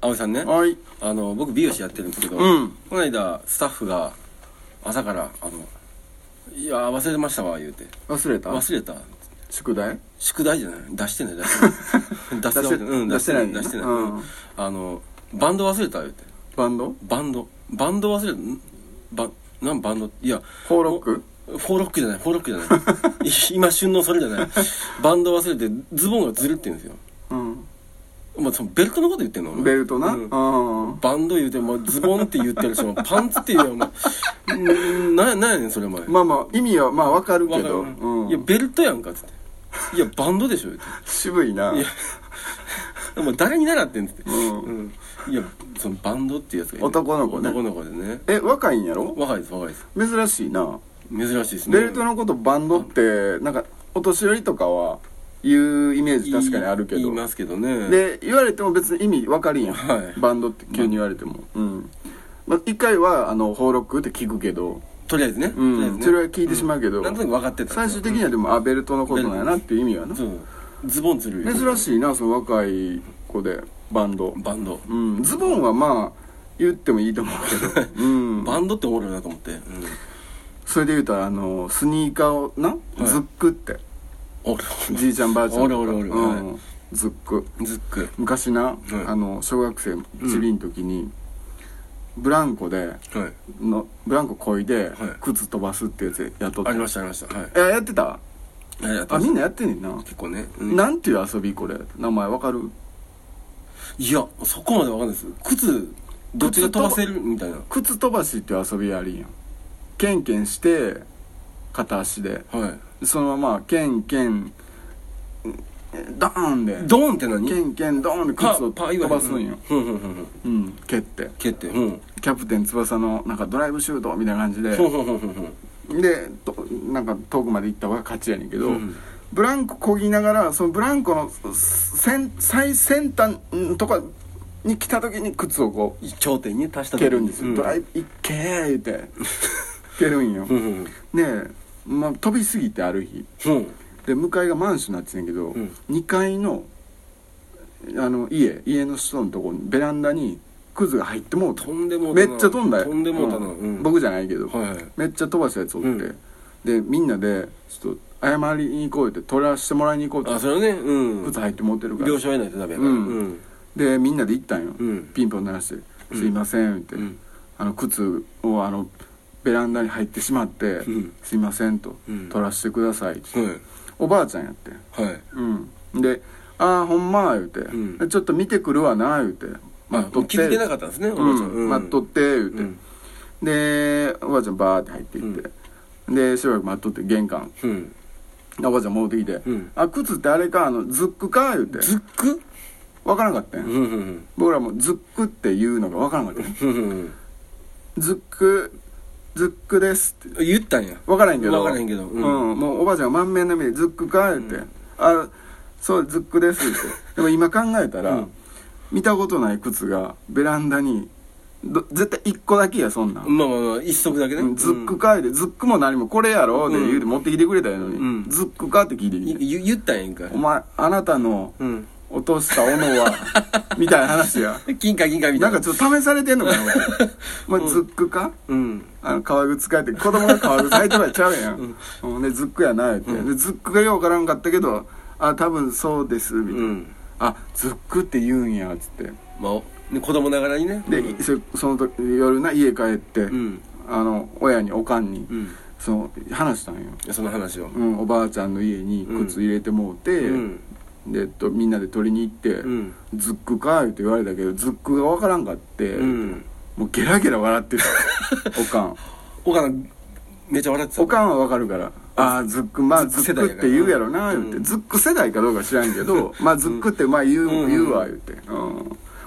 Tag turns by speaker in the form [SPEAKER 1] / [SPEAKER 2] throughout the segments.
[SPEAKER 1] 葵さんね、
[SPEAKER 2] はい
[SPEAKER 1] あの僕美容師やってるんですけど、
[SPEAKER 2] うん
[SPEAKER 1] この間スタッフが朝から「あのいや忘れてましたわ」言うて
[SPEAKER 2] 忘れ
[SPEAKER 1] 「
[SPEAKER 2] た
[SPEAKER 1] 忘れた」
[SPEAKER 2] 宿題
[SPEAKER 1] 宿題じゃない出してない出 してない出
[SPEAKER 2] 出
[SPEAKER 1] し
[SPEAKER 2] して
[SPEAKER 1] てない、うん、
[SPEAKER 2] 出
[SPEAKER 1] 出
[SPEAKER 2] し
[SPEAKER 1] してて
[SPEAKER 2] な
[SPEAKER 1] ないい出してない、
[SPEAKER 2] うん
[SPEAKER 1] あのバンド忘れた言うて
[SPEAKER 2] バンド
[SPEAKER 1] バンドバンド忘れたんバンなんバンドいや
[SPEAKER 2] フォーロック
[SPEAKER 1] フォーロックじゃないフォーロックじゃないい 今旬のそれじゃないバンド忘れてズボンがずるって言うんですよ
[SPEAKER 2] うん
[SPEAKER 1] まあ、そのベルトのこと言ってんのお前
[SPEAKER 2] ベルトな
[SPEAKER 1] うん
[SPEAKER 2] うん
[SPEAKER 1] バンド言うてもズボンって言ってるし お前パンツって言うやんお前うんななんやねんそれお前
[SPEAKER 2] まあまあ意味はまあわかる
[SPEAKER 1] わ
[SPEAKER 2] け
[SPEAKER 1] かる
[SPEAKER 2] どうん
[SPEAKER 1] いやベルトやんかっつっていやバンドでしょ言うて
[SPEAKER 2] 渋いない
[SPEAKER 1] やお前誰に習ってんっつって
[SPEAKER 2] うん
[SPEAKER 1] うんいやそのバンドっていうやつがいる
[SPEAKER 2] 男の子ね
[SPEAKER 1] 男の子でね
[SPEAKER 2] え若いんやろ
[SPEAKER 1] 若いです若いです
[SPEAKER 2] 珍しいな
[SPEAKER 1] 珍しいですね
[SPEAKER 2] ベルトのことバンドってなんかお年寄りとかは言うイメージ確かにあるけ
[SPEAKER 1] 言い
[SPEAKER 2] ど
[SPEAKER 1] ますけどね
[SPEAKER 2] で言われても別に意味わかるんやん、
[SPEAKER 1] はい
[SPEAKER 2] バンドって急に言われてもうんまあ一回はあの「放録」って聞くけど、
[SPEAKER 1] とりあえずね
[SPEAKER 2] うん
[SPEAKER 1] とりあえずね
[SPEAKER 2] それは聞いてしまうけど、
[SPEAKER 1] なんとなく分かってた
[SPEAKER 2] 最終的にはでも、あベルトのことなんやなっていう意味はな
[SPEAKER 1] そうズボンつる
[SPEAKER 2] 珍しいなその若い子でバンド
[SPEAKER 1] バンド
[SPEAKER 2] うんズボンはまあ言ってもいいと思うけど、 うん、
[SPEAKER 1] バンドっておもろいなと思ってうん
[SPEAKER 2] それで言うたらあのスニーカーをな、
[SPEAKER 1] い
[SPEAKER 2] ズックって
[SPEAKER 1] おる
[SPEAKER 2] じいちゃんばあちゃんとか
[SPEAKER 1] おるおるおる
[SPEAKER 2] うん
[SPEAKER 1] は
[SPEAKER 2] ズック
[SPEAKER 1] ズック
[SPEAKER 2] 昔な、
[SPEAKER 1] い
[SPEAKER 2] あの小学生ちびん時に、ブランコで
[SPEAKER 1] はい
[SPEAKER 2] のブランコこいで、
[SPEAKER 1] はい
[SPEAKER 2] 靴飛ばすってやつやっとっ
[SPEAKER 1] あ
[SPEAKER 2] た
[SPEAKER 1] りましたありましたはい
[SPEAKER 2] えやってた
[SPEAKER 1] はいやって
[SPEAKER 2] あ
[SPEAKER 1] ます
[SPEAKER 2] みんなやってんねんな、
[SPEAKER 1] 結構ねうん
[SPEAKER 2] なんていう遊びこれ名前わかる
[SPEAKER 1] いやそこまでわかんないです靴どっちが飛ばせるみたいな
[SPEAKER 2] 靴飛ばしっていう遊びありんやんケンケンして片足で
[SPEAKER 1] は
[SPEAKER 2] そのままケンケンうんドーンで
[SPEAKER 1] いドーンって何
[SPEAKER 2] ケンケンドーンで靴を飛ばすんよ、
[SPEAKER 1] ふんふんふんふん
[SPEAKER 2] うん、蹴って
[SPEAKER 1] 蹴ってふん
[SPEAKER 2] キャプテン翼のなんかドライブシュートみたいな感じで
[SPEAKER 1] ふんふんふんふんふん
[SPEAKER 2] でとなんか遠くまで行った方が勝ちやねんけど、
[SPEAKER 1] うん
[SPEAKER 2] ブランコこぎながらそのブランコの先最先端んとかに来た時に靴をこう
[SPEAKER 1] 頂点に達した時
[SPEAKER 2] 蹴るんですよ、
[SPEAKER 1] う
[SPEAKER 2] ドライブ行けー言うて蹴るんよ
[SPEAKER 1] ふんふん
[SPEAKER 2] で、まあ、飛びすぎてある日
[SPEAKER 1] ふん
[SPEAKER 2] で向かいがマンションになってんねんけど、
[SPEAKER 1] うん
[SPEAKER 2] 2階のあの家家の人のとこにベランダにクズが入ってもうた
[SPEAKER 1] 飛んでもう
[SPEAKER 2] め
[SPEAKER 1] た
[SPEAKER 2] っ
[SPEAKER 1] な
[SPEAKER 2] ちゃ飛んだよ
[SPEAKER 1] 飛んでもうたな
[SPEAKER 2] うん
[SPEAKER 1] うん
[SPEAKER 2] 僕じゃないけど、
[SPEAKER 1] はいはい
[SPEAKER 2] めっちゃ飛ばしたやつおって、
[SPEAKER 1] うん
[SPEAKER 2] でみんなでちょっと謝りに行こうって取らしてもらいに行こう
[SPEAKER 1] あ
[SPEAKER 2] って
[SPEAKER 1] それはねうん
[SPEAKER 2] 靴入って持ってるから
[SPEAKER 1] 了承得ないとダメやか
[SPEAKER 2] う
[SPEAKER 1] ら
[SPEAKER 2] んでみんなで行ったんよ、
[SPEAKER 1] うん
[SPEAKER 2] ピンポン鳴らして「すいません」って、
[SPEAKER 1] うん
[SPEAKER 2] あの靴をあのベランダに入ってしまって「
[SPEAKER 1] うん
[SPEAKER 2] すいません」と「
[SPEAKER 1] うん
[SPEAKER 2] 取らしてください」って、
[SPEAKER 1] は
[SPEAKER 2] おばあちゃんやって
[SPEAKER 1] いはい
[SPEAKER 2] うんで「ああほんま」言うて、
[SPEAKER 1] うん
[SPEAKER 2] でちょっと見てくるわな」言うて「
[SPEAKER 1] まあ気づけなかったんですねおばあちゃん
[SPEAKER 2] うん、待っとって」言うて、
[SPEAKER 1] うん
[SPEAKER 2] でおばあちゃんバーって入っていって、でしばらく待っとって玄関
[SPEAKER 1] うん
[SPEAKER 2] おばあちゃん戻ってきて「
[SPEAKER 1] うん
[SPEAKER 2] あ靴ってあれかあのズックか」言うて
[SPEAKER 1] ズック
[SPEAKER 2] 分からんかったんや、
[SPEAKER 1] うんうんうん
[SPEAKER 2] 僕らもズックっていうのが分からんかったんや
[SPEAKER 1] ふんふんふん
[SPEAKER 2] ズックズックですって
[SPEAKER 1] 言ったんや
[SPEAKER 2] 分からへんけど
[SPEAKER 1] 分からへんけど
[SPEAKER 2] う、
[SPEAKER 1] うんん
[SPEAKER 2] もうおばあちゃんが満面の目で「ズックか」言って「あそうズックです」ってでも今考えたら、
[SPEAKER 1] うん
[SPEAKER 2] 見たことない靴がベランダにど絶対1個だけやそんなん、
[SPEAKER 1] まあまあまあ一足だけね
[SPEAKER 2] うんズックか」言うて「ズックも何もこれやろ」で
[SPEAKER 1] うん
[SPEAKER 2] 言うて持ってきてくれたやのに「
[SPEAKER 1] うん
[SPEAKER 2] ズックか」って聞いて
[SPEAKER 1] い
[SPEAKER 2] きて
[SPEAKER 1] 言言ったんやんか
[SPEAKER 2] 「お前あなたの
[SPEAKER 1] うん
[SPEAKER 2] 落とした斧 は」みたいな話や
[SPEAKER 1] 金貨金貨みた
[SPEAKER 2] な
[SPEAKER 1] なん
[SPEAKER 2] いかちょっと試されてんの かなお前お前ズックか、
[SPEAKER 1] うん
[SPEAKER 2] あの革靴変えて子供が革靴履いてるやちゃうやん、うん、でズックやなって、でズックがようわからんかったけどあ多分そうですみたいな、
[SPEAKER 1] うん
[SPEAKER 2] あズックって言うんやっつって
[SPEAKER 1] まあおね子供ながらにね
[SPEAKER 2] で、
[SPEAKER 1] うん
[SPEAKER 2] そその時夜な家帰って、
[SPEAKER 1] ん
[SPEAKER 2] あの親におかんに、
[SPEAKER 1] うん
[SPEAKER 2] その話したんよ、
[SPEAKER 1] その話を
[SPEAKER 2] うん、おばあちゃんの家に靴入れてもうて、
[SPEAKER 1] うん
[SPEAKER 2] でとみんなで取りに行って、
[SPEAKER 1] ん
[SPEAKER 2] ズックかって言われたけどズックがわからんかって、
[SPEAKER 1] うん
[SPEAKER 2] もうゲラゲラ笑 ってたおかん
[SPEAKER 1] おかんめっちゃ笑ってた
[SPEAKER 2] おかんはわかるから「ああズックまあ
[SPEAKER 1] ズ
[SPEAKER 2] ズ
[SPEAKER 1] ック世代
[SPEAKER 2] ック
[SPEAKER 1] やか
[SPEAKER 2] っ
[SPEAKER 1] ら
[SPEAKER 2] て言うやろな」
[SPEAKER 1] う
[SPEAKER 2] 言
[SPEAKER 1] ん
[SPEAKER 2] って、ズック世代かどうか知らんけど「まあズックってまあ言う,、
[SPEAKER 1] うん
[SPEAKER 2] 言うわ」言って、うん、も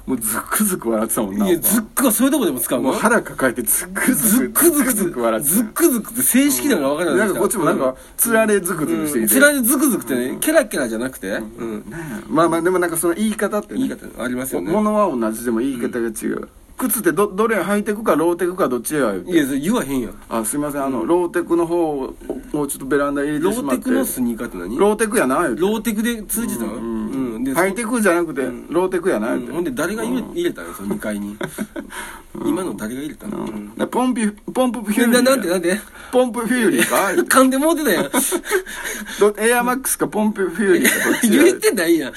[SPEAKER 2] うズックズク笑ってたもんない
[SPEAKER 1] やズックはそういうとこでも使う
[SPEAKER 2] も
[SPEAKER 1] の
[SPEAKER 2] う腹抱えてズックズ
[SPEAKER 1] ズ
[SPEAKER 2] ク
[SPEAKER 1] ックズクズ
[SPEAKER 2] ズ
[SPEAKER 1] ク
[SPEAKER 2] ク笑ってた
[SPEAKER 1] ズックズクって正式なのが分からない
[SPEAKER 2] なんかこっちもなんかつられズクズクしてきて、
[SPEAKER 1] つられズクズクってねケラケラじゃなくてうん
[SPEAKER 2] まあまあでもなんかその言い方って、ね、
[SPEAKER 1] 言い方ありますよね
[SPEAKER 2] ものは同じでも言い方が違う、靴ってどどれ履いてくかローテクかどっちや言う
[SPEAKER 1] いや
[SPEAKER 2] て
[SPEAKER 1] それ言わへんやん
[SPEAKER 2] あすいませんあの、ローテクの方をちょっとベランダに入れ
[SPEAKER 1] ロ
[SPEAKER 2] てし
[SPEAKER 1] ー
[SPEAKER 2] まっ
[SPEAKER 1] テ
[SPEAKER 2] て
[SPEAKER 1] クのスニーカーって何ロ
[SPEAKER 2] ローテクやな言うて
[SPEAKER 1] ーテクで通じたのうん、で
[SPEAKER 2] ハイテクじゃなくて、ローテクやな
[SPEAKER 1] う
[SPEAKER 2] 言うて、
[SPEAKER 1] んほんで誰が入れ,、入れたのその2階に、今の誰が入れたの、うん
[SPEAKER 2] でポンピポンプフューリー
[SPEAKER 1] ななんてなんて
[SPEAKER 2] ポンプフューリーか言う て
[SPEAKER 1] 噛んでもうてた やん
[SPEAKER 2] どエアマックスかポンプフューリーかどっちや
[SPEAKER 1] 言えてないやん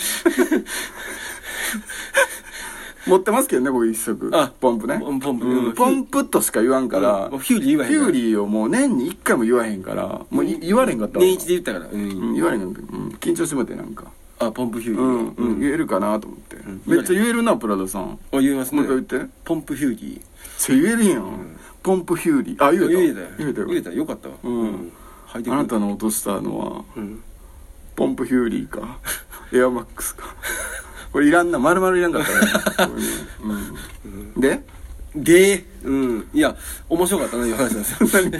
[SPEAKER 2] 持ってますけどね僕一足
[SPEAKER 1] あ
[SPEAKER 2] ポンプね
[SPEAKER 1] ポンポンプ
[SPEAKER 2] うんポンプとしか言わんから、
[SPEAKER 1] うんもうフューリー言わへんから
[SPEAKER 2] フューリーをもう年に1回も言わへんからもうい言われへんかったわ
[SPEAKER 1] 年一で言ったから、うん
[SPEAKER 2] うん、言われへんかった、うん、緊張してもってなんか
[SPEAKER 1] あポンプヒューリ
[SPEAKER 2] う
[SPEAKER 1] ー、
[SPEAKER 2] ん、うん、言えるかなと思って、
[SPEAKER 1] ん
[SPEAKER 2] めっちゃ言えるなプラダさん
[SPEAKER 1] あ言いますね
[SPEAKER 2] もう一回言って
[SPEAKER 1] ポンプヒューリ
[SPEAKER 2] それ言えるやん、ポンプフューリーあ
[SPEAKER 1] ー
[SPEAKER 2] 言え
[SPEAKER 1] あ
[SPEAKER 2] た
[SPEAKER 1] 言えたよ
[SPEAKER 2] よ
[SPEAKER 1] 言えたよよかったわ
[SPEAKER 2] うん
[SPEAKER 1] 履いてく
[SPEAKER 2] あ
[SPEAKER 1] る
[SPEAKER 2] なたの落としたのは、
[SPEAKER 1] うん
[SPEAKER 2] ポンプフューリーかエアマックスか これいらんな丸々いらんかっ たね、これねうん、で
[SPEAKER 1] でうんいや面白かったないう話なんです よ
[SPEAKER 2] 何ど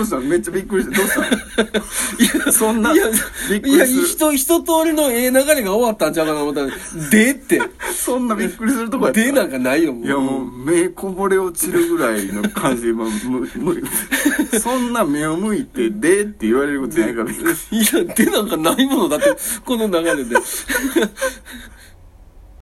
[SPEAKER 2] うしたのめっちゃびっくりしてどうしたのそんない
[SPEAKER 1] や
[SPEAKER 2] びっく
[SPEAKER 1] いや
[SPEAKER 2] りする
[SPEAKER 1] 一一通りのええ流れが終わったんちゃうかな思ったら「で」って
[SPEAKER 2] そんなびっくりするとこや
[SPEAKER 1] 「
[SPEAKER 2] った
[SPEAKER 1] で」なんかないよもう
[SPEAKER 2] いやもう目こぼれ落ちるぐらいの感じで今むむそんな目を向いて「で」って言われることないからびっくり
[SPEAKER 1] いや「で」なんかないものだってこの流れで